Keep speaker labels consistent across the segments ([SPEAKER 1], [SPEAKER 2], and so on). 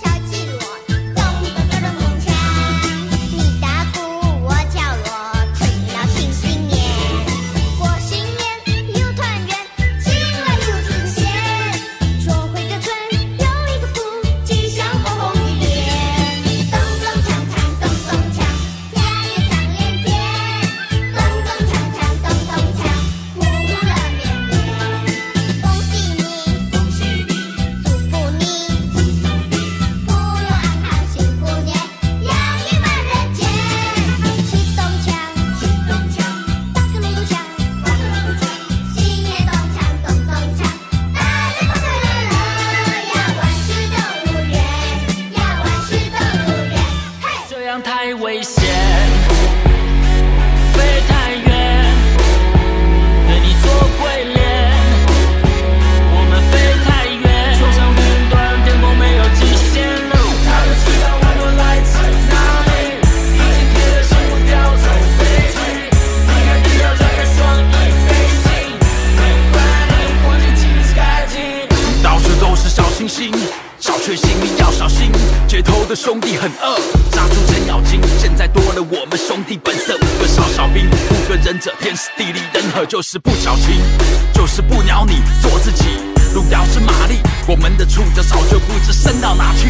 [SPEAKER 1] 敲击锣，咚咚咚咚咚锵！你打鼓，我敲锣，催要庆新年。过新年又团圆，新来又新鲜。说回个春，又一个福，吉祥火红一片。咚咚锵锵，咚咚锵，家里长连天。咚咚锵锵，咚咚锵，鼓鼓乐绵绵。恭喜你，恭喜你，祝福你。福禄安康，幸福年，洋溢满人间。起咚锵，起咚锵，打个噜噜响，打个噜噜响。新年咚锵，咚咚锵，大家快快乐乐，呀，万事都如愿，呀，万事都如愿，嘿。
[SPEAKER 2] 这样太危险，飞太远，对你做鬼脸。我们飞太远，冲上云端，天空没有极限。路，他们知道我们来自哪里，已经贴着幸福标准飞去。你看，你要张开双翼飞行，没关系，我已经开启。
[SPEAKER 3] 到处都是小星星，小确幸你要小心。街头的兄弟很饿，杀猪程咬金。现在多了我们兄弟本色，五个少小兵，五个忍者，天时地利人和，就是不矫情，就是不鸟你，做自己。路遥知马力，我们的触角早就不知伸到哪去。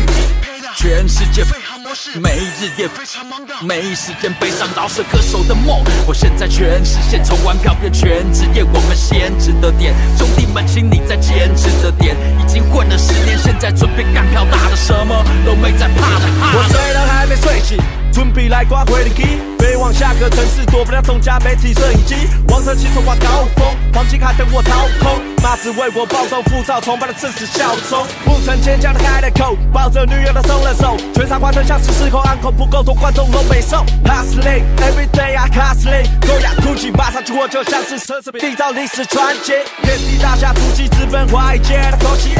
[SPEAKER 3] 全世界飞航模式，没日夜非常忙的，没时间悲伤饶舌歌手的梦。我现在全实现，从玩票变全职业，我们先值得点。兄弟们，请你再坚持着点，已经混了十年，现在准备干票大的，什么都没在怕的。怕的
[SPEAKER 4] 我虽然还没睡醒，准备来刮回灵机。飞往下个城市，躲不了总家媒体摄影机。王者骑手挂高峰，黄金卡等我掏空。妈子为我报仇，浮躁崇拜的正是效忠。不曾坚强的开了口，抱着女友的松了手。全场观众像是失控，暗口不够多，观众都没送。Hustling every day I hustling，高雅突起，马上出货就像是奢侈品，缔造历史传奇。遍地大侠足迹，直奔华尔街的口气。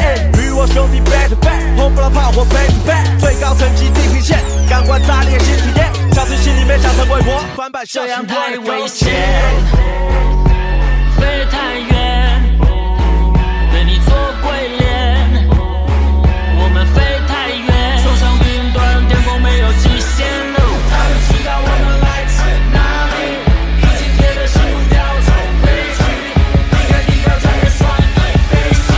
[SPEAKER 4] 与我兄弟 back to back，轰不了炮火 back to back，最高层级地平线，感官炸裂新体验，小心心里面想成为我，翻版
[SPEAKER 2] 这
[SPEAKER 4] 这
[SPEAKER 2] 样太危险，飞太远，哦对你做鬼脸。我们飞太远，冲上云端，天空没有极限。路，他们知道我们来自哪里，已经贴着幸福标准飞去。你看，你看，张开双翼飞行，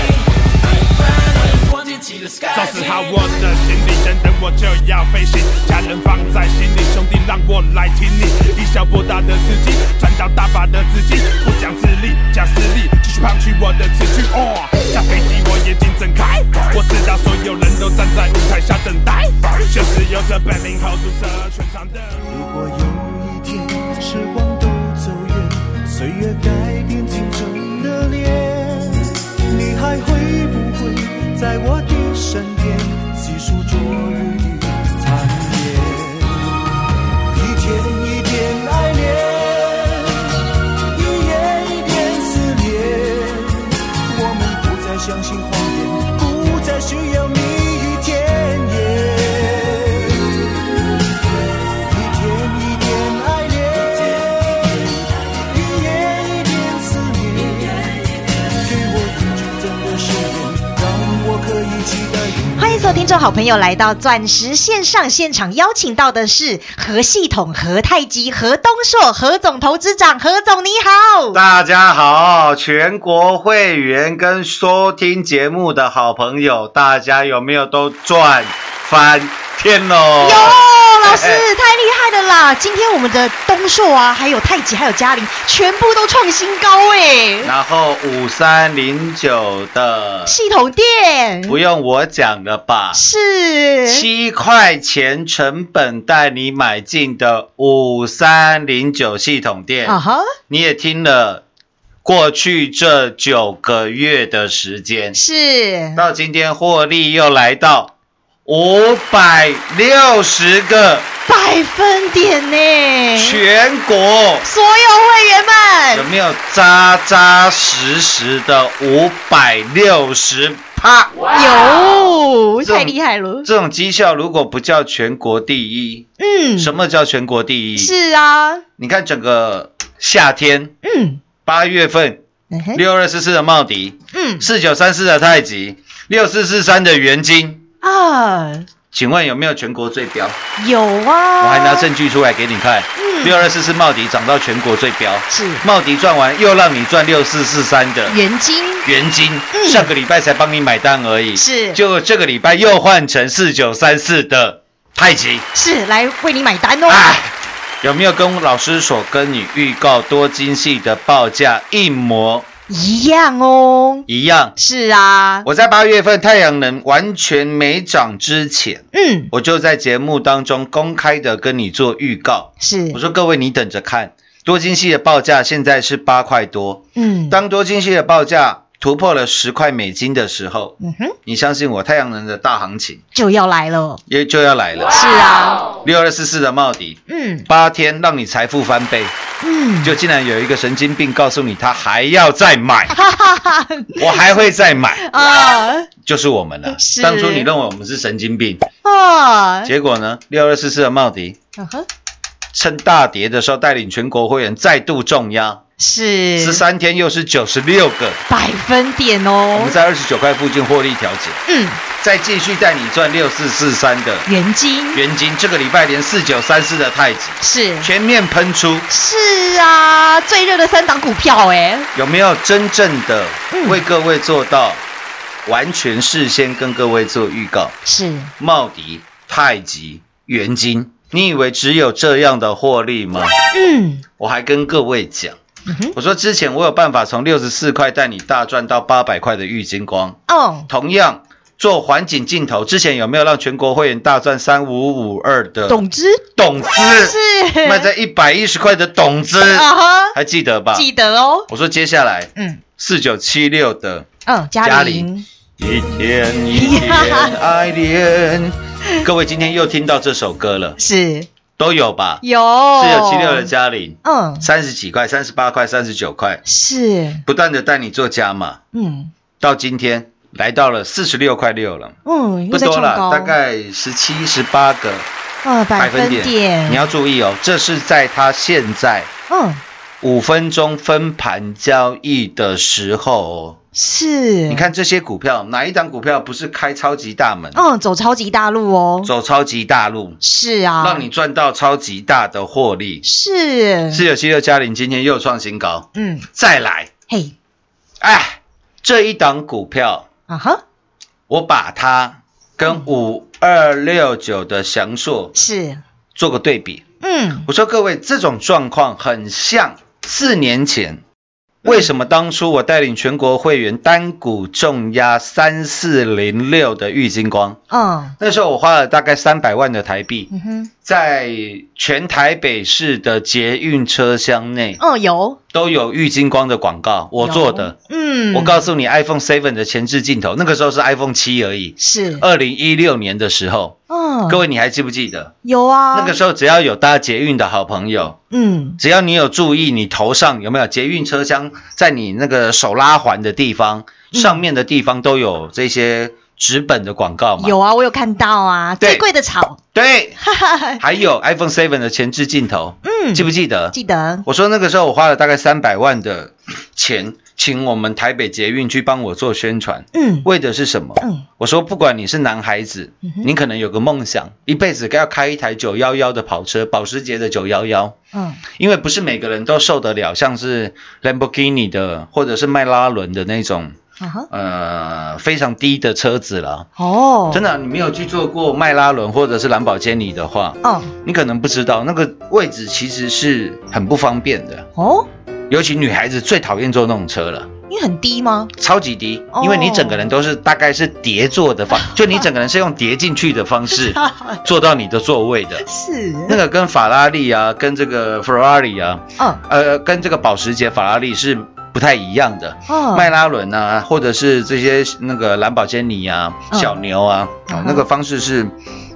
[SPEAKER 2] 你翻你光进起了 sky。
[SPEAKER 5] 收拾好我的行李，等等我就要飞行，家人放在心里，兄弟让我来挺你。以小博大的司机，赚到大把的资金，不讲自立，讲实力，继续胖去我的词句。哦，下飞机我眼睛睁开，我知道所有人都站在舞台下等待，现实有着本领 hold 住这全场的。
[SPEAKER 6] 如果有一天时光都走远，岁月改变青春的脸，你还会不会在我的身边细数昨日的残烟？一天一点爱恋，一夜一点思念。我们不再相信谎言，不再需要蜜语甜言。一天一点爱恋，一夜一点思念，给我一句真的誓言，让我可以期待永远。
[SPEAKER 7] 欢迎所有听众好朋友来到钻石线上现场，邀请到的是何系统、何太极、何东硕、何总投资长，何总你好。
[SPEAKER 8] 大家好，全国会员跟收听节目的好朋友，大家有没有都赚翻天喽？
[SPEAKER 7] 哟，老师太厉害了啦！今天我们的东硕啊，还有太极，还有嘉玲，全部都创新高哎！
[SPEAKER 8] 然后五三零九的，
[SPEAKER 7] 系统店
[SPEAKER 8] 不用我讲了吧？
[SPEAKER 7] 是
[SPEAKER 8] 七块钱成本带你买进的五三零九系统店，
[SPEAKER 7] 啊哈，
[SPEAKER 8] 你也听了过去这九个月的时间，
[SPEAKER 7] 是
[SPEAKER 8] 到今天获利又来到五百六十个
[SPEAKER 7] 百分点呢！
[SPEAKER 8] 全国，
[SPEAKER 7] 所有会员
[SPEAKER 8] 有
[SPEAKER 7] 们，
[SPEAKER 8] 没有扎扎实实的五百六十趴？
[SPEAKER 7] 有
[SPEAKER 8] 这种
[SPEAKER 7] 太厉害了。
[SPEAKER 8] 这种绩效如果不叫全国第一，
[SPEAKER 7] 嗯，
[SPEAKER 8] 什么叫全国第一？
[SPEAKER 7] 是啊，
[SPEAKER 8] 你看整个夏天，
[SPEAKER 7] 嗯，
[SPEAKER 8] 八月份
[SPEAKER 7] 嗯哼
[SPEAKER 8] 六二四四的茂迪，
[SPEAKER 7] 嗯
[SPEAKER 8] 四九三四的太极，六四四三的元金，
[SPEAKER 7] 啊，
[SPEAKER 8] 请问有没有全国最标？
[SPEAKER 7] 有啊，
[SPEAKER 8] 我还拿证据出来给你看，
[SPEAKER 7] 嗯，
[SPEAKER 8] 六二四四茂迪涨到全国最标，
[SPEAKER 7] 是
[SPEAKER 8] 茂迪赚完又让你赚六四四三的
[SPEAKER 7] 原金，
[SPEAKER 8] 元金，
[SPEAKER 7] 嗯
[SPEAKER 8] 上个礼拜才帮你买单而已，
[SPEAKER 7] 是
[SPEAKER 8] 就这个礼拜又换成四九三四的太极，
[SPEAKER 7] 是来为你买单哦。
[SPEAKER 8] 哎，有没有跟老师所跟你预告多精细的报价一模
[SPEAKER 7] 一样哦。
[SPEAKER 8] 一样？
[SPEAKER 7] 是啊，
[SPEAKER 8] 我在八月份太阳能完全没涨之前，
[SPEAKER 7] 嗯，
[SPEAKER 8] 我就在节目当中公开的跟你做预告，
[SPEAKER 7] 是
[SPEAKER 8] 我，说各位你等着看，多晶系的报价现在是八块多，
[SPEAKER 7] 嗯，
[SPEAKER 8] 当多晶系的报价突破了十块美金的时候，
[SPEAKER 7] 嗯哼，
[SPEAKER 8] 你相信我，太阳能的大行情
[SPEAKER 7] 就要来了。
[SPEAKER 8] 也就要来了。
[SPEAKER 7] 是啊，
[SPEAKER 8] 六二四四的茂迪，
[SPEAKER 7] 嗯
[SPEAKER 8] 八天让你财富翻倍，
[SPEAKER 7] 嗯，
[SPEAKER 8] 就竟然有一个神经病告诉你他还要再买，
[SPEAKER 7] 哈哈哈
[SPEAKER 8] 我还会再买，
[SPEAKER 7] 啊
[SPEAKER 8] 就是我们了
[SPEAKER 7] 是。
[SPEAKER 8] 当初你认为我们是神经病，
[SPEAKER 7] 啊，
[SPEAKER 8] 结果呢？六二四四的茂迪
[SPEAKER 7] 嗯哼，
[SPEAKER 8] 趁大跌的时候，带领全国会员再度重压，
[SPEAKER 7] 是
[SPEAKER 8] 十三天又是九十六个，
[SPEAKER 7] 百分点
[SPEAKER 8] 我
[SPEAKER 7] 哦
[SPEAKER 8] 们。在二十九块附近获利调节，
[SPEAKER 7] 嗯，
[SPEAKER 8] 再继续带你赚六四四三的
[SPEAKER 7] 原金
[SPEAKER 8] 元金，这个礼拜连四九三四的太极
[SPEAKER 7] 是
[SPEAKER 8] 全面喷出，
[SPEAKER 7] 是啊，最热的三档股票哎，
[SPEAKER 8] 有没有真正的
[SPEAKER 7] 嗯
[SPEAKER 8] 为各位做到完全事先跟各位做预告？
[SPEAKER 7] 是
[SPEAKER 8] 茂迪、太极、元金，你以为只有这样的获利吗？
[SPEAKER 7] 嗯
[SPEAKER 8] 我还跟各位讲，
[SPEAKER 7] 嗯哼
[SPEAKER 8] 我说之前我有办法从六十四块带你大赚到八百块的玉金光，
[SPEAKER 7] 哦，
[SPEAKER 8] 同样做环景镜头，之前有没有让全国会员大赚三五五二的
[SPEAKER 7] 总之
[SPEAKER 8] 董资？
[SPEAKER 7] 呃是
[SPEAKER 8] 卖在一百一十块的董资，
[SPEAKER 7] 啊
[SPEAKER 8] 还记得吧
[SPEAKER 7] 哈，？记得哦。
[SPEAKER 8] 我说接下来
[SPEAKER 7] 嗯
[SPEAKER 8] 四九七六的
[SPEAKER 7] 嗯，嘉
[SPEAKER 8] 嘉
[SPEAKER 7] 玲
[SPEAKER 8] 玲一天一天爱 恋，各位今天又听到这首歌了，
[SPEAKER 7] 是
[SPEAKER 8] 都有吧？
[SPEAKER 7] 有
[SPEAKER 8] 四九七六的嘉玲，
[SPEAKER 7] 嗯
[SPEAKER 8] 三十几块、三十八块、三十九块，
[SPEAKER 7] 是
[SPEAKER 8] 不断的带你做加码，
[SPEAKER 7] 嗯
[SPEAKER 8] 到今天来到了四十六块六了，
[SPEAKER 7] 嗯
[SPEAKER 8] 不
[SPEAKER 7] 又在
[SPEAKER 8] 多
[SPEAKER 7] 创
[SPEAKER 8] 了，
[SPEAKER 7] 高，
[SPEAKER 8] 大概十七、十八个
[SPEAKER 7] 呃百
[SPEAKER 8] 百分
[SPEAKER 7] 分
[SPEAKER 8] 点。你要注意哦，这是在它现在
[SPEAKER 7] 嗯
[SPEAKER 8] 五分钟分盘交易的时候哦。
[SPEAKER 7] 是
[SPEAKER 8] 你看这些股票，哪一档股票不是开超级大门，
[SPEAKER 7] 嗯走超级大路哦
[SPEAKER 8] 走超级大路，
[SPEAKER 7] 是啊
[SPEAKER 8] 让你赚到超级大的获利？
[SPEAKER 7] 是
[SPEAKER 8] 四九七六嘉玲今天又创新高，
[SPEAKER 7] 嗯
[SPEAKER 8] 再来，
[SPEAKER 7] 嘿
[SPEAKER 8] 哎，这一档股票
[SPEAKER 7] 啊哈
[SPEAKER 8] 我把它跟五二六九的翔硕
[SPEAKER 7] 是
[SPEAKER 8] 做个对比。
[SPEAKER 7] 嗯
[SPEAKER 8] 我说各位，这种状况很像四年前，
[SPEAKER 7] 嗯
[SPEAKER 8] 为什么当初我带领全国会员单股重压三四零六的玉金光？
[SPEAKER 7] 嗯
[SPEAKER 8] 那时候我花了大概三百万的台币，
[SPEAKER 7] 嗯哼
[SPEAKER 8] 在全台北市的捷运车厢内
[SPEAKER 7] 嗯有
[SPEAKER 8] 都有玉金光的广告，我做的。
[SPEAKER 7] 有嗯
[SPEAKER 8] 我告诉你，iPhone Seven 的前置镜头，那个时候是 iPhone 七而已，
[SPEAKER 7] 是
[SPEAKER 8] 二零一六年的时候，
[SPEAKER 7] 嗯
[SPEAKER 8] 各位你还记不记得？
[SPEAKER 7] 有啊
[SPEAKER 8] 那个时候只要有搭捷运的好朋友，
[SPEAKER 7] 嗯
[SPEAKER 8] 只要你有注意，你头上有没有捷运车厢，在你那个手拉环的地方
[SPEAKER 7] 嗯
[SPEAKER 8] 上面的地方都有这些纸本的广告嘛？
[SPEAKER 7] 有啊我有看到啊
[SPEAKER 8] 对
[SPEAKER 7] 最贵的草
[SPEAKER 8] 对，
[SPEAKER 7] 哈哈
[SPEAKER 8] 还有 iPhone Seven 的前置镜头，
[SPEAKER 7] 嗯
[SPEAKER 8] 记不记得？
[SPEAKER 7] 记得
[SPEAKER 8] 我说那个时候我花了大概三百万的钱，请我们台北捷运去帮我做宣传，
[SPEAKER 7] 嗯
[SPEAKER 8] 为的是什么？
[SPEAKER 7] 嗯
[SPEAKER 8] 我说不管你是男孩子，
[SPEAKER 7] 嗯哼
[SPEAKER 8] 你可能有个梦想，一辈子要开一台九幺幺的跑车，保时捷的九幺幺，
[SPEAKER 7] 嗯
[SPEAKER 8] 因为不是每个人都受得了，像是 Lamborghini 的或者是迈拉伦的那种
[SPEAKER 7] 啊哈
[SPEAKER 8] 呃非常低的车子了。
[SPEAKER 7] 哦
[SPEAKER 8] 真的啊、你没有去坐过迈拉伦或者是兰博基尼的话，
[SPEAKER 7] 哦
[SPEAKER 8] 你可能不知道那个位置其实是很不方便的，
[SPEAKER 7] 哦
[SPEAKER 8] 尤其女孩子最讨厌坐那种车了，
[SPEAKER 7] 因为很低吗
[SPEAKER 8] 超级低
[SPEAKER 7] 哦，
[SPEAKER 8] 因为你整个人都是大概是叠坐的方，就你整个人是用叠进去的 方式
[SPEAKER 7] 啊
[SPEAKER 8] 坐到你的座位的。
[SPEAKER 7] 是
[SPEAKER 8] 那个跟法拉利啊，跟这个 Ferrari 啊，
[SPEAKER 7] 嗯
[SPEAKER 8] 呃，跟这个保时捷、法拉利是不太一样的。
[SPEAKER 7] 哦
[SPEAKER 8] 迈拉伦啊，或者是这些那个蓝宝坚尼啊、
[SPEAKER 7] 嗯
[SPEAKER 8] 小牛啊，
[SPEAKER 7] 嗯
[SPEAKER 8] 哦
[SPEAKER 7] 哼
[SPEAKER 8] 那个方式是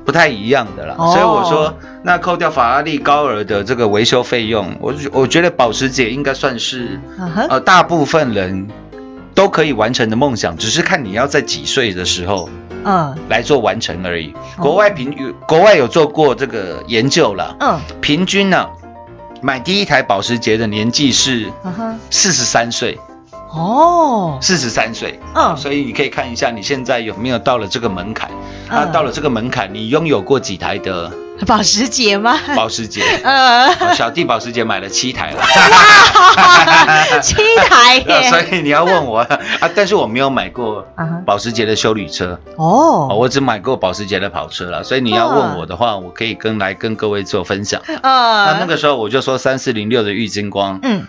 [SPEAKER 8] 不太一样的啦。
[SPEAKER 7] 哦
[SPEAKER 8] 所以我说，那扣掉法拉利高尔的这个维修费用，我就我觉得保时捷应该算是
[SPEAKER 7] 嗯哼
[SPEAKER 8] 呃大部分人都可以完成的梦想，只是看你要在几岁的时候
[SPEAKER 7] 嗯
[SPEAKER 8] 来做完成而已。
[SPEAKER 7] 哦
[SPEAKER 8] 国外平有国外有做过这个研究啦，
[SPEAKER 7] 嗯
[SPEAKER 8] 平均呢、买第一台保时捷的年纪是
[SPEAKER 7] 嗯哼，
[SPEAKER 8] 四十三岁，
[SPEAKER 7] 哦，
[SPEAKER 8] 四十三岁。
[SPEAKER 7] 嗯
[SPEAKER 8] 所以你可以看一下你现在有没有到了这个门槛。啊，
[SPEAKER 7] 嗯
[SPEAKER 8] 到了这个门槛，你拥有过几台的
[SPEAKER 7] 保时捷吗？
[SPEAKER 8] 保时捷？
[SPEAKER 7] 呃，
[SPEAKER 8] 啊小弟保时捷买了七台了，
[SPEAKER 7] 七台
[SPEAKER 8] 啊所
[SPEAKER 7] 耶，
[SPEAKER 8] 以你要问我啊，但是我没有买过
[SPEAKER 7] 啊哈
[SPEAKER 8] 保时捷的修理车，哦，
[SPEAKER 7] 哦，
[SPEAKER 8] 我只买过保时捷的跑车了，所以你要问我的话，我可以跟来跟各位做分享。那那
[SPEAKER 7] 呃，
[SPEAKER 8] 个时候我就说三四零六的郁金光，
[SPEAKER 7] 嗯，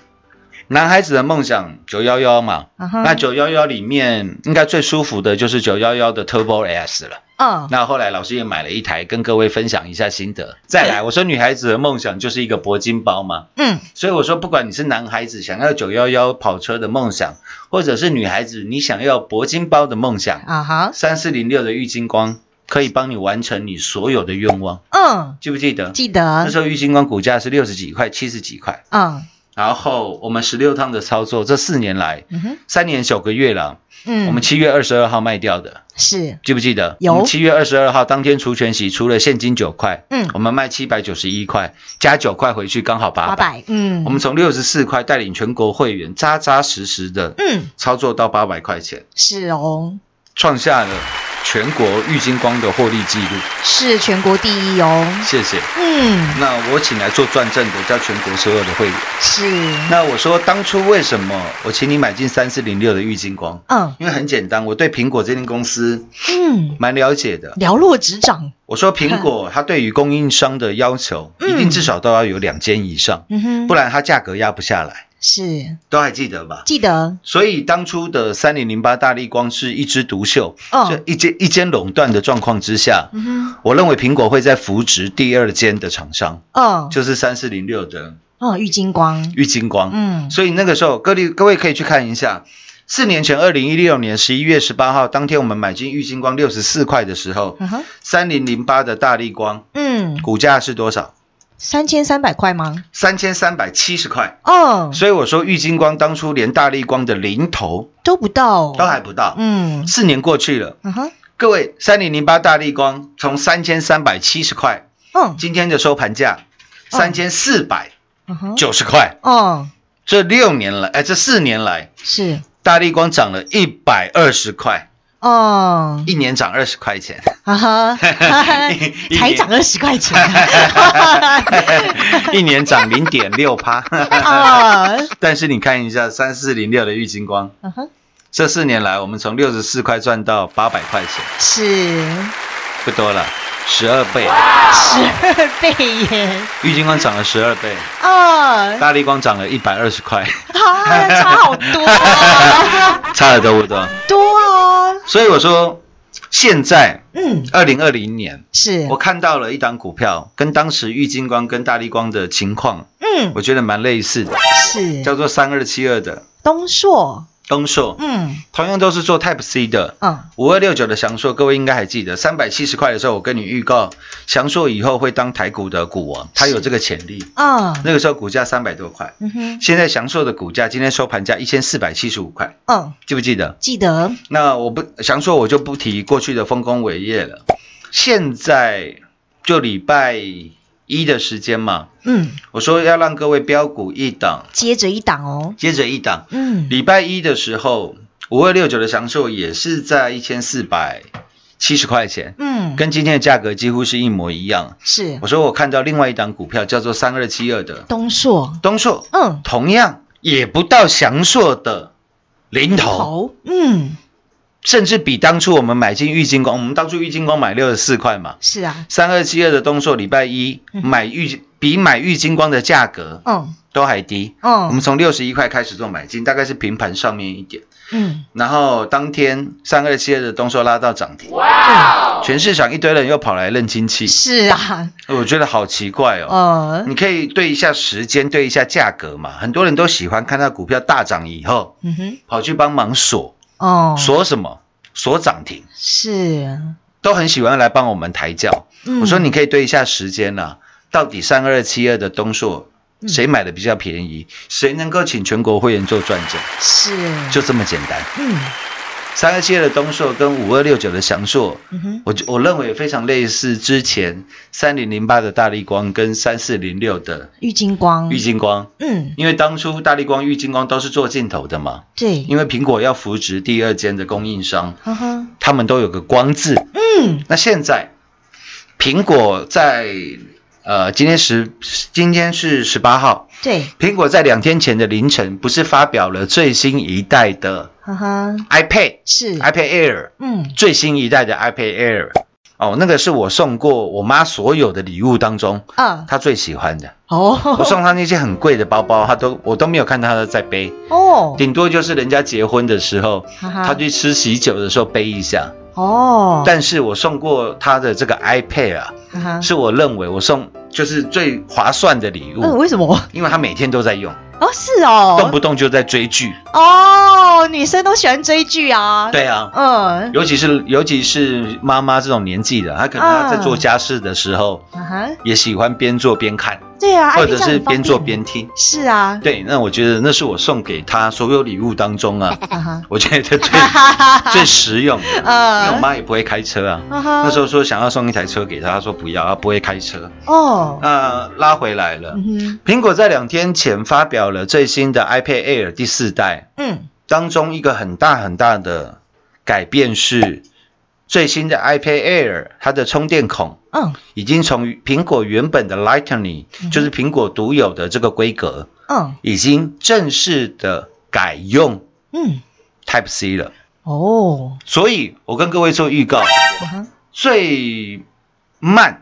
[SPEAKER 8] 男孩子的梦想九幺幺嘛，
[SPEAKER 7] 嗯哼
[SPEAKER 8] 那九幺幺里面应该最舒服的就是九幺幺的 Turbo S 了。
[SPEAKER 7] 嗯，
[SPEAKER 8] 那后来老师也买了一台，跟各位分享一下心得。再来，我说女孩子的梦想就是一个铂金包嘛，
[SPEAKER 7] 嗯，
[SPEAKER 8] 所以我说不管你是男孩子想要九幺幺跑车的梦想，或者是女孩子你想要铂金包的梦想，
[SPEAKER 7] 啊哈，
[SPEAKER 8] 三四零六的郁金光可以帮你完成你所有的愿望，
[SPEAKER 7] 嗯，
[SPEAKER 8] 记不记得？
[SPEAKER 7] 记
[SPEAKER 8] 那
[SPEAKER 7] 得，
[SPEAKER 8] 时候郁金光股价是六十几块、七十几块，
[SPEAKER 7] 嗯
[SPEAKER 8] 然后我们十六趟的操作，这四年来
[SPEAKER 7] 嗯哼，
[SPEAKER 8] 三年九个月了，
[SPEAKER 7] 嗯，
[SPEAKER 8] 我们七月二十二号卖掉的，
[SPEAKER 7] 是，
[SPEAKER 8] 记不记得？
[SPEAKER 7] 有
[SPEAKER 8] 七月二十二号当天除权息，除了现金九块，
[SPEAKER 7] 嗯
[SPEAKER 8] 我们卖七百九十一块，加九块回去刚好八
[SPEAKER 7] 八
[SPEAKER 8] 百。
[SPEAKER 7] 百，嗯，
[SPEAKER 8] 我们从六十四块带领全国会员扎扎实实的
[SPEAKER 7] 嗯
[SPEAKER 8] 操作到八百块钱，
[SPEAKER 7] 是哦，
[SPEAKER 8] 创下了全国郁金光的获利记录。
[SPEAKER 7] 是全国第一哦，
[SPEAKER 8] 谢谢。
[SPEAKER 7] 嗯，
[SPEAKER 8] 那我请来做转正的，叫全国所有的会员。
[SPEAKER 7] 是，
[SPEAKER 8] 那我说当初为什么我请你买进三四零六的郁金光？
[SPEAKER 7] 嗯
[SPEAKER 8] 因为很简单，我对苹果这间公司
[SPEAKER 7] 嗯，
[SPEAKER 8] 蛮了解的。
[SPEAKER 7] 寥落指掌，
[SPEAKER 8] 我说苹果它对于供应商的要求，
[SPEAKER 7] 嗯
[SPEAKER 8] 一定至少都要有两间以上，
[SPEAKER 7] 嗯哼，
[SPEAKER 8] 不然它价格压不下来。
[SPEAKER 7] 是
[SPEAKER 8] 都还记得吧？
[SPEAKER 7] 记得，
[SPEAKER 8] 所以当初的三零零八大力光是一枝独秀，
[SPEAKER 7] 嗯
[SPEAKER 8] 这一间一间垄断的状况之下，
[SPEAKER 7] 嗯
[SPEAKER 8] 我认为苹果会在扶植第二间的厂商，
[SPEAKER 7] 哼，嗯，
[SPEAKER 8] 就是三四零六的
[SPEAKER 7] 嗯，郁金光，
[SPEAKER 8] 郁金光。
[SPEAKER 7] 嗯
[SPEAKER 8] 所以那个时候，各位各位可以去看一下，四年前，二零一六年十一月十八号，当天我们买进玉金光六十四块的时候，
[SPEAKER 7] 嗯哼，
[SPEAKER 8] 三零零八的大力光
[SPEAKER 7] 嗯，
[SPEAKER 8] 股价是多少？
[SPEAKER 7] 三千三百块吗？
[SPEAKER 8] 三千三百七十块。
[SPEAKER 7] 嗯，
[SPEAKER 8] 所以我说，玉金光当初连大力光的零头
[SPEAKER 7] 都不到，
[SPEAKER 8] 都还不到。
[SPEAKER 7] 嗯
[SPEAKER 8] 四年过去了，
[SPEAKER 7] 嗯哼，
[SPEAKER 8] 各位，三零零八大力光从三千三百七十块，
[SPEAKER 7] 嗯
[SPEAKER 8] 今天的收盘价
[SPEAKER 7] 嗯
[SPEAKER 8] 三千四百
[SPEAKER 7] 嗯哼，
[SPEAKER 8] 九十块，
[SPEAKER 7] 嗯
[SPEAKER 8] 这六年来，哎，这四年来，
[SPEAKER 7] 是，
[SPEAKER 8] 大力光涨了一百二十块。
[SPEAKER 7] 嗯
[SPEAKER 8] 一年涨二十 块钱，
[SPEAKER 7] 啊哈，
[SPEAKER 8] 一
[SPEAKER 7] 才涨二十块钱，
[SPEAKER 8] 一年涨零点 六趴。
[SPEAKER 7] 啊，
[SPEAKER 8] 但是你看一下三四零六的郁金光，
[SPEAKER 7] 嗯哼，
[SPEAKER 8] 这四年来我们从六十四块赚到八百块钱，
[SPEAKER 7] 是
[SPEAKER 8] 不多了，十二倍。
[SPEAKER 7] 十 二倍耶，
[SPEAKER 8] 郁金光涨了十二倍，
[SPEAKER 7] 啊，
[SPEAKER 8] 大力光涨了一百二十块，
[SPEAKER 7] 啊，差好多、 啊，
[SPEAKER 8] 差的多不哦多？
[SPEAKER 7] 多哦，
[SPEAKER 8] 所以我说，现在
[SPEAKER 7] 嗯，
[SPEAKER 8] 二零二零年，
[SPEAKER 7] 是
[SPEAKER 8] 我，看到了一档股票，跟当时郁金光跟大力光的情况，
[SPEAKER 7] 嗯，
[SPEAKER 8] 我觉得蛮类似的，
[SPEAKER 7] 是
[SPEAKER 8] 叫做三二七二的
[SPEAKER 7] 东硕，
[SPEAKER 8] 东硕，
[SPEAKER 7] 嗯
[SPEAKER 8] 同样都是做 Type C 的。
[SPEAKER 7] 嗯，
[SPEAKER 8] 五二六九的翔硕，各位应该还记得，三百七十块的时候，我跟你预告，翔硕以后会当台股的股王，它有这个潜力。
[SPEAKER 7] 啊，
[SPEAKER 8] 那个时候股价三百多块，
[SPEAKER 7] 嗯哼，
[SPEAKER 8] 现在翔硕的股价今天收盘价一千四百七十五块，
[SPEAKER 7] 嗯，
[SPEAKER 8] 记不记得？
[SPEAKER 7] 记得，
[SPEAKER 8] 那我不翔硕，我就不提过去的丰功伟业了。现在就礼拜一的时间嘛，
[SPEAKER 7] 嗯，
[SPEAKER 8] 我说要让各位标股一档
[SPEAKER 7] 接着一档哦，
[SPEAKER 8] 接着一档。
[SPEAKER 7] 嗯，
[SPEAKER 8] 礼拜一的时候，五二六九的翔硕也是在一千四百七十块钱，
[SPEAKER 7] 嗯，
[SPEAKER 8] 跟今天的价格几乎是一模一样。
[SPEAKER 7] 是
[SPEAKER 8] 我说我看到另外一档股票叫做三二七二的
[SPEAKER 7] 东硕，
[SPEAKER 8] 东硕，
[SPEAKER 7] 嗯，
[SPEAKER 8] 同样也不到翔硕的零头，
[SPEAKER 7] 头，嗯，
[SPEAKER 8] 甚至比当初我们买进玉金光，我们当初玉金光买六十四块嘛，
[SPEAKER 7] 是啊，
[SPEAKER 8] 三二七二的东硕礼拜一
[SPEAKER 7] 嗯
[SPEAKER 8] 买玉比买玉金光的价格
[SPEAKER 7] 嗯
[SPEAKER 8] 都还低。我们
[SPEAKER 7] 嗯，
[SPEAKER 8] 从六十一块开始做买进，大概是平盘上面一点。
[SPEAKER 7] 嗯，
[SPEAKER 8] 然后当天三二七二的东硕拉到涨停，全市场一堆人又跑来认亲戚，
[SPEAKER 7] 是啊，
[SPEAKER 8] 我觉得好奇怪哦。
[SPEAKER 7] 呃，
[SPEAKER 8] 你可以对一下时间，对一下价格嘛。很多人都喜欢看到股票大涨以后，
[SPEAKER 7] 嗯哼，
[SPEAKER 8] 跑去帮忙锁
[SPEAKER 7] 哦，
[SPEAKER 8] 锁什么，锁涨停，
[SPEAKER 7] 是，
[SPEAKER 8] 都很喜欢来帮我们抬轿。
[SPEAKER 7] 嗯
[SPEAKER 8] 我说你可以对一下时间啦、到底三二七二的东硕
[SPEAKER 7] 嗯
[SPEAKER 8] 谁买的比较便宜，谁能够请全国会员做转正，
[SPEAKER 7] 是，
[SPEAKER 8] 就这么简单。
[SPEAKER 7] 嗯
[SPEAKER 8] 三二七二的东硕跟五二六九的翔硕，
[SPEAKER 7] 嗯哼，
[SPEAKER 8] 我就我认为非常类似之前三零零八的大力光跟三四零六的
[SPEAKER 7] 郁金光，
[SPEAKER 8] 玉，金光，
[SPEAKER 7] 嗯，
[SPEAKER 8] 因为当初大力光、玉金光都是做镜头的嘛，
[SPEAKER 7] 对，
[SPEAKER 8] 因为苹果要扶植第二间的供应商，
[SPEAKER 7] 呵呵，
[SPEAKER 8] 他们都有个光字。
[SPEAKER 7] 嗯，
[SPEAKER 8] 那现在苹果在呃今天十今天是十八号，
[SPEAKER 7] 对，
[SPEAKER 8] 苹果在两天前的凌晨不是发表了最新一代的
[SPEAKER 7] 呵呵，
[SPEAKER 8] iPad
[SPEAKER 7] 是，
[SPEAKER 8] iPad Air
[SPEAKER 7] 嗯，
[SPEAKER 8] 最新一代的 iPad Air。哦，那个是我送过我妈所有的礼物当中，
[SPEAKER 7] 呃，
[SPEAKER 8] 她最喜欢的。我
[SPEAKER 7] 哦，
[SPEAKER 8] 送她那些很贵的包包，她都我都没有看到她在背，
[SPEAKER 7] 哦，
[SPEAKER 8] 顶多就是人家结婚的时候，
[SPEAKER 7] 哈
[SPEAKER 8] 她
[SPEAKER 7] 哈，
[SPEAKER 8] 去吃喜酒的时候背一下。
[SPEAKER 7] 啊哦，
[SPEAKER 8] 但是我送过她的这个 iPad 啊，
[SPEAKER 7] 哈哈，
[SPEAKER 8] 是我认为我送就是最划算的礼
[SPEAKER 7] 嗯，
[SPEAKER 8] 物，
[SPEAKER 7] 为什么？
[SPEAKER 8] 因为她每天都在用，
[SPEAKER 7] 哦，是哦，
[SPEAKER 8] 动不动就在追剧。
[SPEAKER 7] 哦，女生都喜欢追剧啊。，
[SPEAKER 8] 对啊，
[SPEAKER 7] 嗯，
[SPEAKER 8] 尤其是尤其是妈妈这种年纪的，她可能她在做家事的时候，
[SPEAKER 7] 啊哈，
[SPEAKER 8] 也喜欢边做边看，
[SPEAKER 7] 对啊，
[SPEAKER 8] 或者是
[SPEAKER 7] iPad
[SPEAKER 8] 边做
[SPEAKER 7] 很方便。
[SPEAKER 8] 边听。
[SPEAKER 7] 是啊，
[SPEAKER 8] 对，那我觉得那是我送给她所有礼物当 中啊，
[SPEAKER 7] 啊哈，
[SPEAKER 8] 我觉得最
[SPEAKER 7] 哈哈哈 哈
[SPEAKER 8] 最实用的。因为我
[SPEAKER 7] 呃，
[SPEAKER 8] 妈也不会开车啊，
[SPEAKER 7] 啊哈
[SPEAKER 8] 那时候说想要送一台车给她，她说不要，她不会开车。
[SPEAKER 7] 哦，
[SPEAKER 8] 那拉回来了。
[SPEAKER 7] 嗯哼，
[SPEAKER 8] 苹果在两天前发表了最新的 iPad Air 第四代，
[SPEAKER 7] 嗯，
[SPEAKER 8] 当中一个很大很大的改变是，最新的 iPad Air 它的充电孔
[SPEAKER 7] 嗯，
[SPEAKER 8] 已经从苹果原本的 Lightning，、就是苹果独有的这个规格，
[SPEAKER 7] 嗯，
[SPEAKER 8] 已经正式的改用
[SPEAKER 7] 嗯，
[SPEAKER 8] Type C 了。
[SPEAKER 7] 哦，
[SPEAKER 8] 所以我跟各位做预告，
[SPEAKER 7] 啊哈，
[SPEAKER 8] 最慢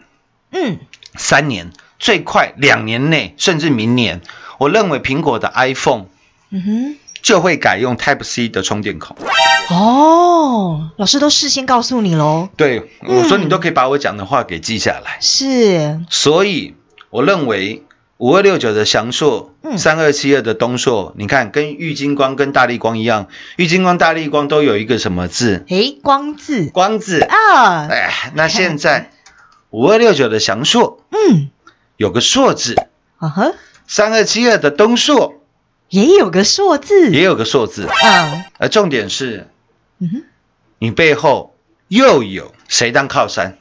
[SPEAKER 7] 嗯，
[SPEAKER 8] 三年，最快两年内，甚至明年，我认为苹果的 iPhone。
[SPEAKER 7] 嗯
[SPEAKER 8] 就会改用 Type C 的充电孔。
[SPEAKER 7] 哼，哦，老师都事先告诉你喽。
[SPEAKER 8] 对，我说你都可以把我讲的话给记下来。
[SPEAKER 7] 是，
[SPEAKER 8] 所以我认为五二六九的翔硕
[SPEAKER 7] 嗯，
[SPEAKER 8] 三二七二的东硕，你看跟玉金光跟大力光一样，玉金光、大力光都有一个什么字？
[SPEAKER 7] 诶，光字
[SPEAKER 8] 光字。
[SPEAKER 7] 啊，
[SPEAKER 8] 哎，那现在五二六九的翔硕
[SPEAKER 7] 嗯，
[SPEAKER 8] 有个硕字，
[SPEAKER 7] 啊哈，
[SPEAKER 8] 三二七二的东硕
[SPEAKER 7] 也有个硕字，
[SPEAKER 8] 也有个硕字。
[SPEAKER 7] 嗯，
[SPEAKER 8] 而重点是
[SPEAKER 7] 嗯哼，
[SPEAKER 8] 你背后又有谁当靠山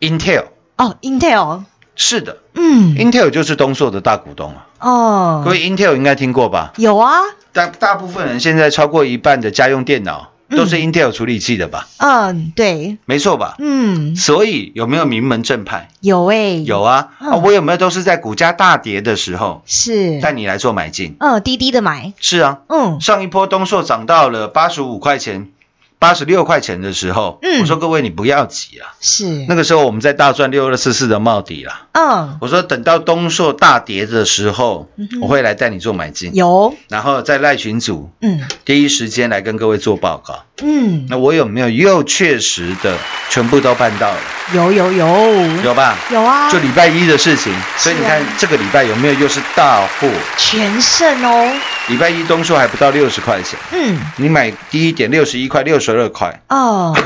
[SPEAKER 8] ？Intel。
[SPEAKER 7] 哦，Intel，
[SPEAKER 8] 是的
[SPEAKER 7] 嗯，
[SPEAKER 8] ，Intel 就是东硕的大股东啊。
[SPEAKER 7] 哦
[SPEAKER 8] 各，位，Intel 应该听过吧？
[SPEAKER 7] 有啊，
[SPEAKER 8] 大大部分人现在超过一半的家用电脑都是 Intel 处理器的吧？
[SPEAKER 7] 嗯，对，
[SPEAKER 8] 没错吧？
[SPEAKER 7] 嗯，
[SPEAKER 8] 所以有没有名门正派？
[SPEAKER 7] 有诶，
[SPEAKER 8] 有啊，
[SPEAKER 7] 嗯
[SPEAKER 8] 啊我有没有都是在股价大跌的时候
[SPEAKER 7] 是，
[SPEAKER 8] 带你来做买进？
[SPEAKER 7] 嗯，滴滴的买，
[SPEAKER 8] 是啊，
[SPEAKER 7] 嗯，
[SPEAKER 8] 上一波东硕涨到了八十五块钱、八十六块钱的时候，
[SPEAKER 7] 嗯
[SPEAKER 8] 我说各位你不要急啊，
[SPEAKER 7] 是，
[SPEAKER 8] 那个时候我们在大赚六二四四的帽底啦。
[SPEAKER 7] 嗯，
[SPEAKER 8] 我说等到东硕大跌的时候，我会来带你做买进。
[SPEAKER 7] 有，
[SPEAKER 8] 然后在赖群组
[SPEAKER 7] 嗯
[SPEAKER 8] 第一时间来跟各位做报告。
[SPEAKER 7] 嗯，
[SPEAKER 8] 那我有没有又确实的全部都办到了？
[SPEAKER 7] 有有有
[SPEAKER 8] 有吧？
[SPEAKER 7] 有啊，
[SPEAKER 8] 就礼拜一的事情，所以你看这个礼拜有没有又是大货？
[SPEAKER 7] 全胜哦，
[SPEAKER 8] 礼拜一东数还不到六十块钱，
[SPEAKER 7] 嗯，
[SPEAKER 8] 你买低一点六十一块、六十二块。
[SPEAKER 7] 哦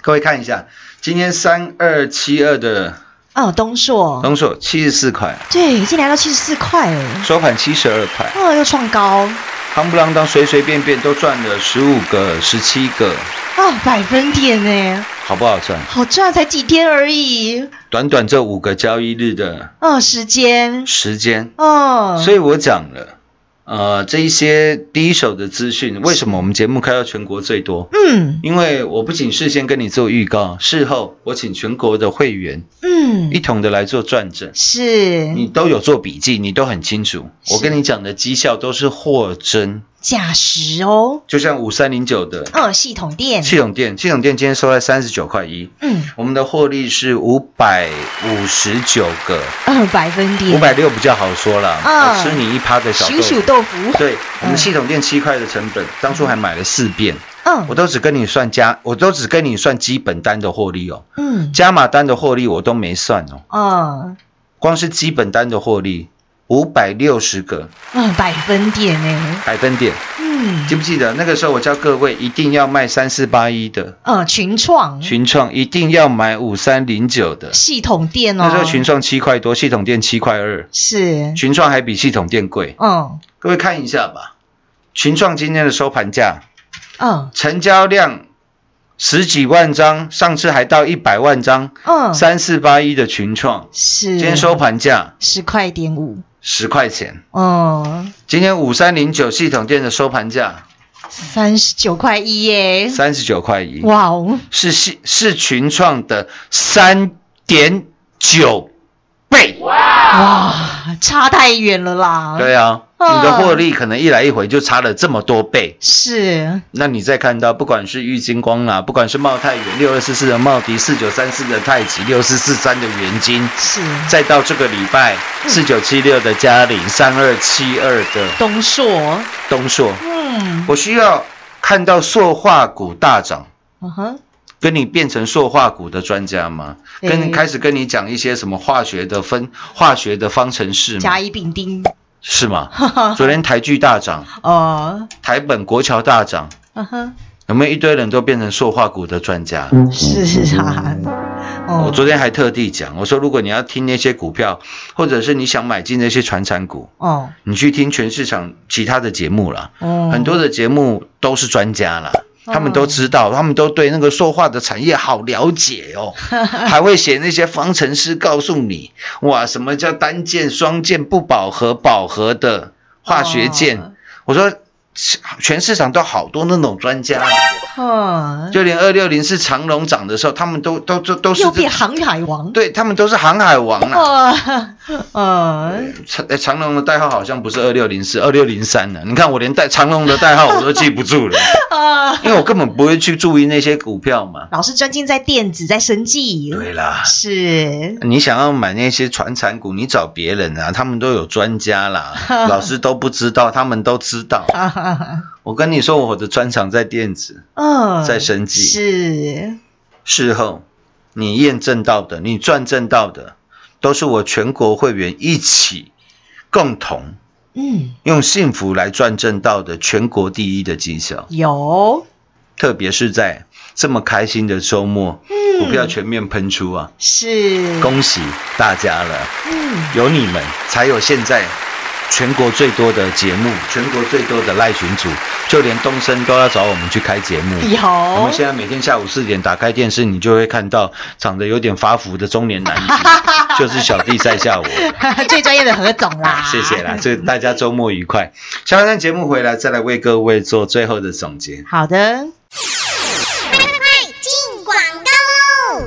[SPEAKER 8] 各位看一下，今天三二七二的
[SPEAKER 7] 哦，东硕，
[SPEAKER 8] 东数七十四块，
[SPEAKER 7] 对，已经来到七十四块了，
[SPEAKER 8] 收盘七十二块，
[SPEAKER 7] 哦，又创高，
[SPEAKER 8] 夯不啷当随随便便都赚了十五个、十七个，
[SPEAKER 7] 哦，百分点呢，
[SPEAKER 8] 好不好赚？
[SPEAKER 7] 好赚，才几天而已，
[SPEAKER 8] 短短这五个交易日的
[SPEAKER 7] 哦，时间，
[SPEAKER 8] 时间，
[SPEAKER 7] 哦，
[SPEAKER 8] 所
[SPEAKER 7] 以
[SPEAKER 8] 以我讲了，呃，这一些第一手的资讯，为什么我们节目开到全国最多？
[SPEAKER 7] 嗯
[SPEAKER 8] 因为我不仅事先跟你做预告，事后我请全国的会员一
[SPEAKER 7] 嗯，
[SPEAKER 8] 同的来做转正，
[SPEAKER 7] 是，嗯
[SPEAKER 8] 你都有做笔记，你都很清楚。我跟你讲的绩效都是货真
[SPEAKER 7] 价实哦。
[SPEAKER 8] 就像五三零九的
[SPEAKER 7] 嗯，系统店，
[SPEAKER 8] 系统店，系统店今天收在三十九块一，
[SPEAKER 7] 嗯，
[SPEAKER 8] 我们的获利是五百五十九个，
[SPEAKER 7] 二嗯百分点，
[SPEAKER 8] 五百六比较好说啦，
[SPEAKER 7] 嗯
[SPEAKER 8] 我吃你一趴的小豆
[SPEAKER 7] 数数
[SPEAKER 8] 腐。
[SPEAKER 7] 豆腐，
[SPEAKER 8] 对我们系统店七块的成本，当初还买了四遍，
[SPEAKER 7] 嗯
[SPEAKER 8] 我都只跟你算加，我都只跟你算基本单的获利哦，
[SPEAKER 7] 嗯
[SPEAKER 8] 加码单的获利我都没算哦，
[SPEAKER 7] 嗯
[SPEAKER 8] 光是基本单的获利五百六十个
[SPEAKER 7] 二嗯百分点呢，
[SPEAKER 8] 百分点，
[SPEAKER 7] 嗯
[SPEAKER 8] 记不记得那个时候我叫各位一定要卖三四八一的
[SPEAKER 7] 嗯，群创
[SPEAKER 8] 群创，一定要买五三零九的，
[SPEAKER 7] 系统店哦，
[SPEAKER 8] 那时候群创七块多，系统店七块二，
[SPEAKER 7] 是，
[SPEAKER 8] 群创还比系统店贵，
[SPEAKER 7] 嗯
[SPEAKER 8] 各位看一下吧，群创今天的收盘价。
[SPEAKER 7] 嗯
[SPEAKER 8] 成交量十几万张，上次还到一百万张，
[SPEAKER 7] 嗯，
[SPEAKER 8] 三四八一的群创，
[SPEAKER 7] 是，
[SPEAKER 8] 今天收盘价
[SPEAKER 7] 十块点五，
[SPEAKER 8] 十块钱。
[SPEAKER 7] 嗯，
[SPEAKER 8] 今天五三零九系统店的收盘价
[SPEAKER 7] 三十九块一耶，
[SPEAKER 8] 三十九块一，
[SPEAKER 7] 哇哦，
[SPEAKER 8] 是系是群创的三点九倍。
[SPEAKER 7] 哇，差太远了啦，
[SPEAKER 8] 对啊，
[SPEAKER 7] 嗯
[SPEAKER 8] 你的获利可能一来一回就差了这么多倍。
[SPEAKER 7] 是，
[SPEAKER 8] 那你再看到，不管是玉金光啦、不管是茂泰元六二四四的茂迪，四九三四的太极，六四四三的元金，
[SPEAKER 7] 是
[SPEAKER 8] 再到这个礼拜四九七六的嘉玲，三二七二的
[SPEAKER 7] 东硕，
[SPEAKER 8] 东硕，
[SPEAKER 7] 嗯，
[SPEAKER 8] 我需要看到塑化股大涨，
[SPEAKER 7] 嗯哼，
[SPEAKER 8] 跟你变成塑化股的专家吗？
[SPEAKER 7] 诶
[SPEAKER 8] 跟开始跟你讲一些什么化学的分、化学的方程式
[SPEAKER 7] 甲
[SPEAKER 8] 吗？
[SPEAKER 7] 乙丙丁，
[SPEAKER 8] 是吗？昨天台剧大涨，
[SPEAKER 7] 哦，
[SPEAKER 8] 台本国桥大涨，
[SPEAKER 7] 嗯哼，
[SPEAKER 8] 有没有一堆人都变成塑化股的专家？
[SPEAKER 7] 嗯是啊，
[SPEAKER 8] 我
[SPEAKER 7] 哦
[SPEAKER 8] 昨天还特地讲，我说如果你要听那些股票，或者是你想买进那些传产股，
[SPEAKER 7] 哦
[SPEAKER 8] 你去听全市场其他的节目啦。
[SPEAKER 7] 哦，
[SPEAKER 8] 很多的节目都是专家啦，他们都知道，他们都对那个塑化的产业好了解 哦，还会写那些方程式告诉你，哇，什么叫单键、双键、不饱和、饱和的化学键。
[SPEAKER 7] 哦
[SPEAKER 8] 我说，全市场都好多那种专家，
[SPEAKER 7] 嗯，
[SPEAKER 8] 就连二六零是长龙涨的时候，他们都都都都是
[SPEAKER 7] 又
[SPEAKER 8] 这
[SPEAKER 7] 变航海王，
[SPEAKER 8] 对啊他们都是航海王啦。
[SPEAKER 7] 哦，嗯，
[SPEAKER 8] 长呃长龙的代号好像不是二六零四，二六零三啊呢。你看我连代长龙的代号我都记不住了。
[SPEAKER 7] 啊，
[SPEAKER 8] 因为我根本不会去注意那些股票嘛。
[SPEAKER 7] 老是专精在电子，在生技，
[SPEAKER 8] 对啊啦，
[SPEAKER 7] 是，
[SPEAKER 8] 你想要买那些传产股，你找别人啊，他们都有专家啦， 老师都不知道，他们都知道。
[SPEAKER 7] 啊哈哈哈，
[SPEAKER 8] 我跟你说，我的专长在电子。
[SPEAKER 7] 嗯，
[SPEAKER 8] 在生技
[SPEAKER 7] 是，
[SPEAKER 8] 事后你验证到的，你赚证到的，都是我全国会员一起共同
[SPEAKER 7] 嗯，
[SPEAKER 8] 用幸福来赚证到的全国第一的绩效。
[SPEAKER 7] 有，
[SPEAKER 8] 特别是在这么开心的周末，
[SPEAKER 7] 嗯
[SPEAKER 8] 股票全面喷出啊！
[SPEAKER 7] 是，
[SPEAKER 8] 恭喜大家了。
[SPEAKER 7] 嗯，
[SPEAKER 8] 有你们，才有现在全国最多的节目，全国最多的赖群组，就连东升都要找我们去开节目。
[SPEAKER 7] 有，
[SPEAKER 8] 我们现在每天下午四点打开电视，你就会看到长得有点发福的中年男子，就是小弟在下我。
[SPEAKER 7] 最专业的何总啦，
[SPEAKER 8] 谢谢啦，祝大家周末愉快。下半段节目回来，再来为各位做最后的总结。
[SPEAKER 7] 好的，
[SPEAKER 1] 进广告喽！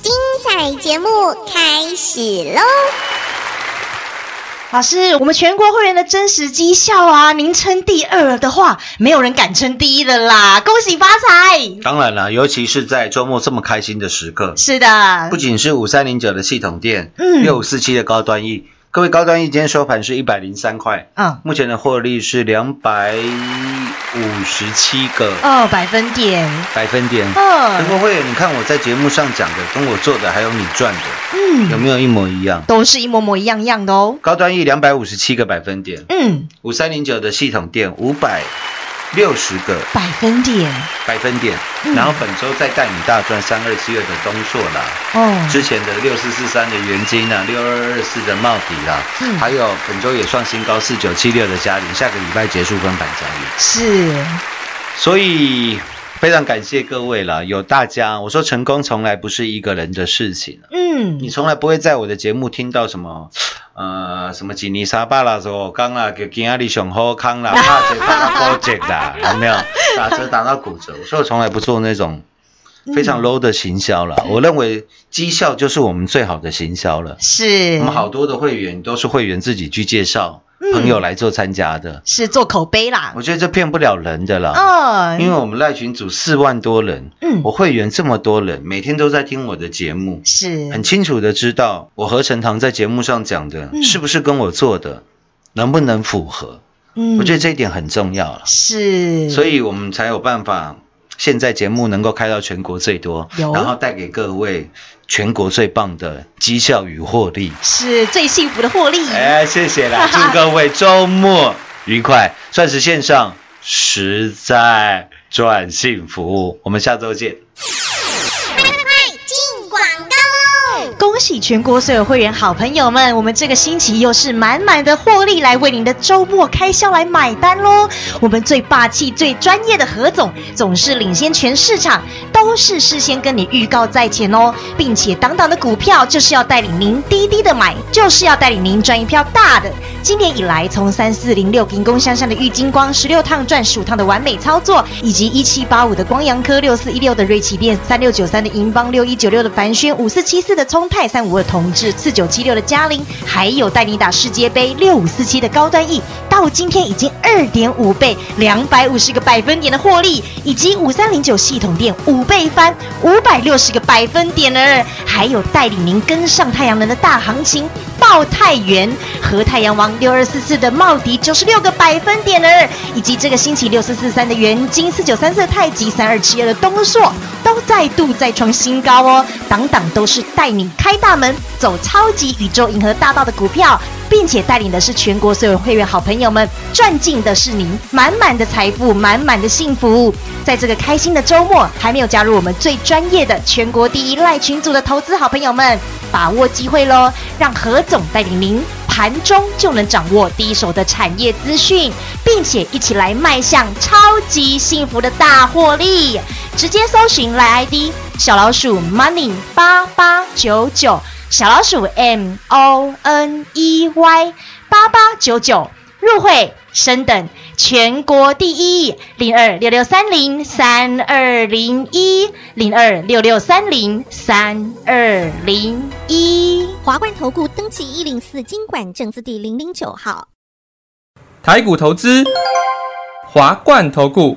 [SPEAKER 1] 精彩节目开始喽！
[SPEAKER 7] 老师，我们全国会员的真实绩效啊，您称第二的话，没有人敢称第一的啦，恭喜发财！
[SPEAKER 8] 当然啦，尤其是在周末这么开心的时刻，
[SPEAKER 7] 是的
[SPEAKER 8] 不，仅是五三零九的系统店，
[SPEAKER 7] 嗯
[SPEAKER 8] 六五四七的高端 E，各位高端一今天收盘是一百零三块，
[SPEAKER 7] 嗯，
[SPEAKER 8] 目前的获利是两百五十七个
[SPEAKER 7] 哦，百分点，
[SPEAKER 8] 百分点。陈
[SPEAKER 7] 嗯
[SPEAKER 8] 国会，你看我在节目上讲的，跟我做的还有你赚的，有
[SPEAKER 7] 嗯，
[SPEAKER 8] 没有一模一样？
[SPEAKER 7] 都是一模模一样样的哦。
[SPEAKER 8] 高端 E 两百五十七个百分点，
[SPEAKER 7] 嗯，
[SPEAKER 8] 五三零九的系统店五百六十个
[SPEAKER 7] 百分点
[SPEAKER 8] 百分点，
[SPEAKER 7] 嗯
[SPEAKER 8] 然后本周再带你大赚三二七二的东硕啦，
[SPEAKER 7] 哦，
[SPEAKER 8] 之前的六四四三的元金啦，六二二四的茂迪啦，
[SPEAKER 7] 嗯
[SPEAKER 8] 还有本周也创新高四九七六的嘉玲，下个礼拜结束分盘交易，
[SPEAKER 7] 是，
[SPEAKER 8] 所以。非常感谢各位啦，有大家，我说成功从来不是一个人的事情，啊
[SPEAKER 7] 嗯
[SPEAKER 8] 你从来不会在我的节目听到什么，呃，什么吉尼沙巴啦，什么刚啦，给金阿里熊好 康啦，打折打到高折啦，有没有？打折打到骨折，所以我从来不做那种
[SPEAKER 7] 嗯
[SPEAKER 8] 非常 low 的行销啦。我认为绩效就是我们最好的行销了。
[SPEAKER 7] 是
[SPEAKER 8] 我，们好多的会员都是会员自己去介绍
[SPEAKER 7] 嗯
[SPEAKER 8] 朋友来做参加的，
[SPEAKER 7] 是做口碑啦。
[SPEAKER 8] 我觉得这骗不了人的啦。
[SPEAKER 7] 嗯，
[SPEAKER 8] 因为我们赖群组四万多人，
[SPEAKER 7] 嗯
[SPEAKER 8] 我会员这么多人，每天都在听我的节目，
[SPEAKER 7] 是
[SPEAKER 8] 很清楚的知道我和陈堂在节目上讲的、
[SPEAKER 7] 嗯
[SPEAKER 8] 是不是跟我做的能不能符合，
[SPEAKER 7] 嗯
[SPEAKER 8] 我觉得这一点很重要了，
[SPEAKER 7] 是，
[SPEAKER 8] 所以我们才有办法现在节目能够开到全国最多，
[SPEAKER 7] 有
[SPEAKER 8] 然后带给各位全国最棒的绩效与获利。
[SPEAKER 7] 是最幸福的获利。
[SPEAKER 8] 哎，谢谢 啦，祝各位周末愉快，钻石线上实在赚幸福，我们下周见。
[SPEAKER 1] 进广告喽！
[SPEAKER 7] 恭喜全国所有会员好朋友们，我们这个星期又是满满的获利来为您的周末开销来买单喽！我们最霸气、最专业的何总，总是领先全市场，都是事先跟你预告在前哦，并且当当的股票就是要带领您低低的买，就是要带领您赚一票大的。今年以来，从三四零六银工向上的玉金光十六趟赚十五趟的完美操作，以及一七八五的光阳科、六四一六的瑞奇电、三六九三的银邦、六一九六的凡轩、五四七四的聪泰、三五二同志、四九七六的嘉玲，还有带你打世界杯六五四七的高端 E，到今天已经二点五倍，两百五十个百分点的获利，以及五三零九系统店五倍翻，五百六十个百分点呢，还有带领您跟上太阳能的大行情，爆太元和太阳王六二四四的茂迪九十六个百分点呢，以及这个星期六四四三的元金四九三四的太极三二七二的东硕，都再度再创新高哦，档档都是带你开大门，走超级宇宙银河大道的股票。并且带领的是全国所有会员好朋友们，赚进的是您满满的财富，满满的幸福。在这个开心的周末，还没有加入我们最专业的全国第一赖群组的投资好朋友们，把握机会喽！让何总带领您盘中就能掌握第一手的产业资讯，并且一起来迈向超级幸福的大获利。直接搜寻赖 ID 小老鼠 Money 八八九九。小老鼠 M O N E Y 八八九九入会升等全国第一零二六六三零三二零一零二六六三零三二零一。
[SPEAKER 9] 华冠投顾登记一零四经管证字第零零九号。
[SPEAKER 10] 台股投资，华冠投顾。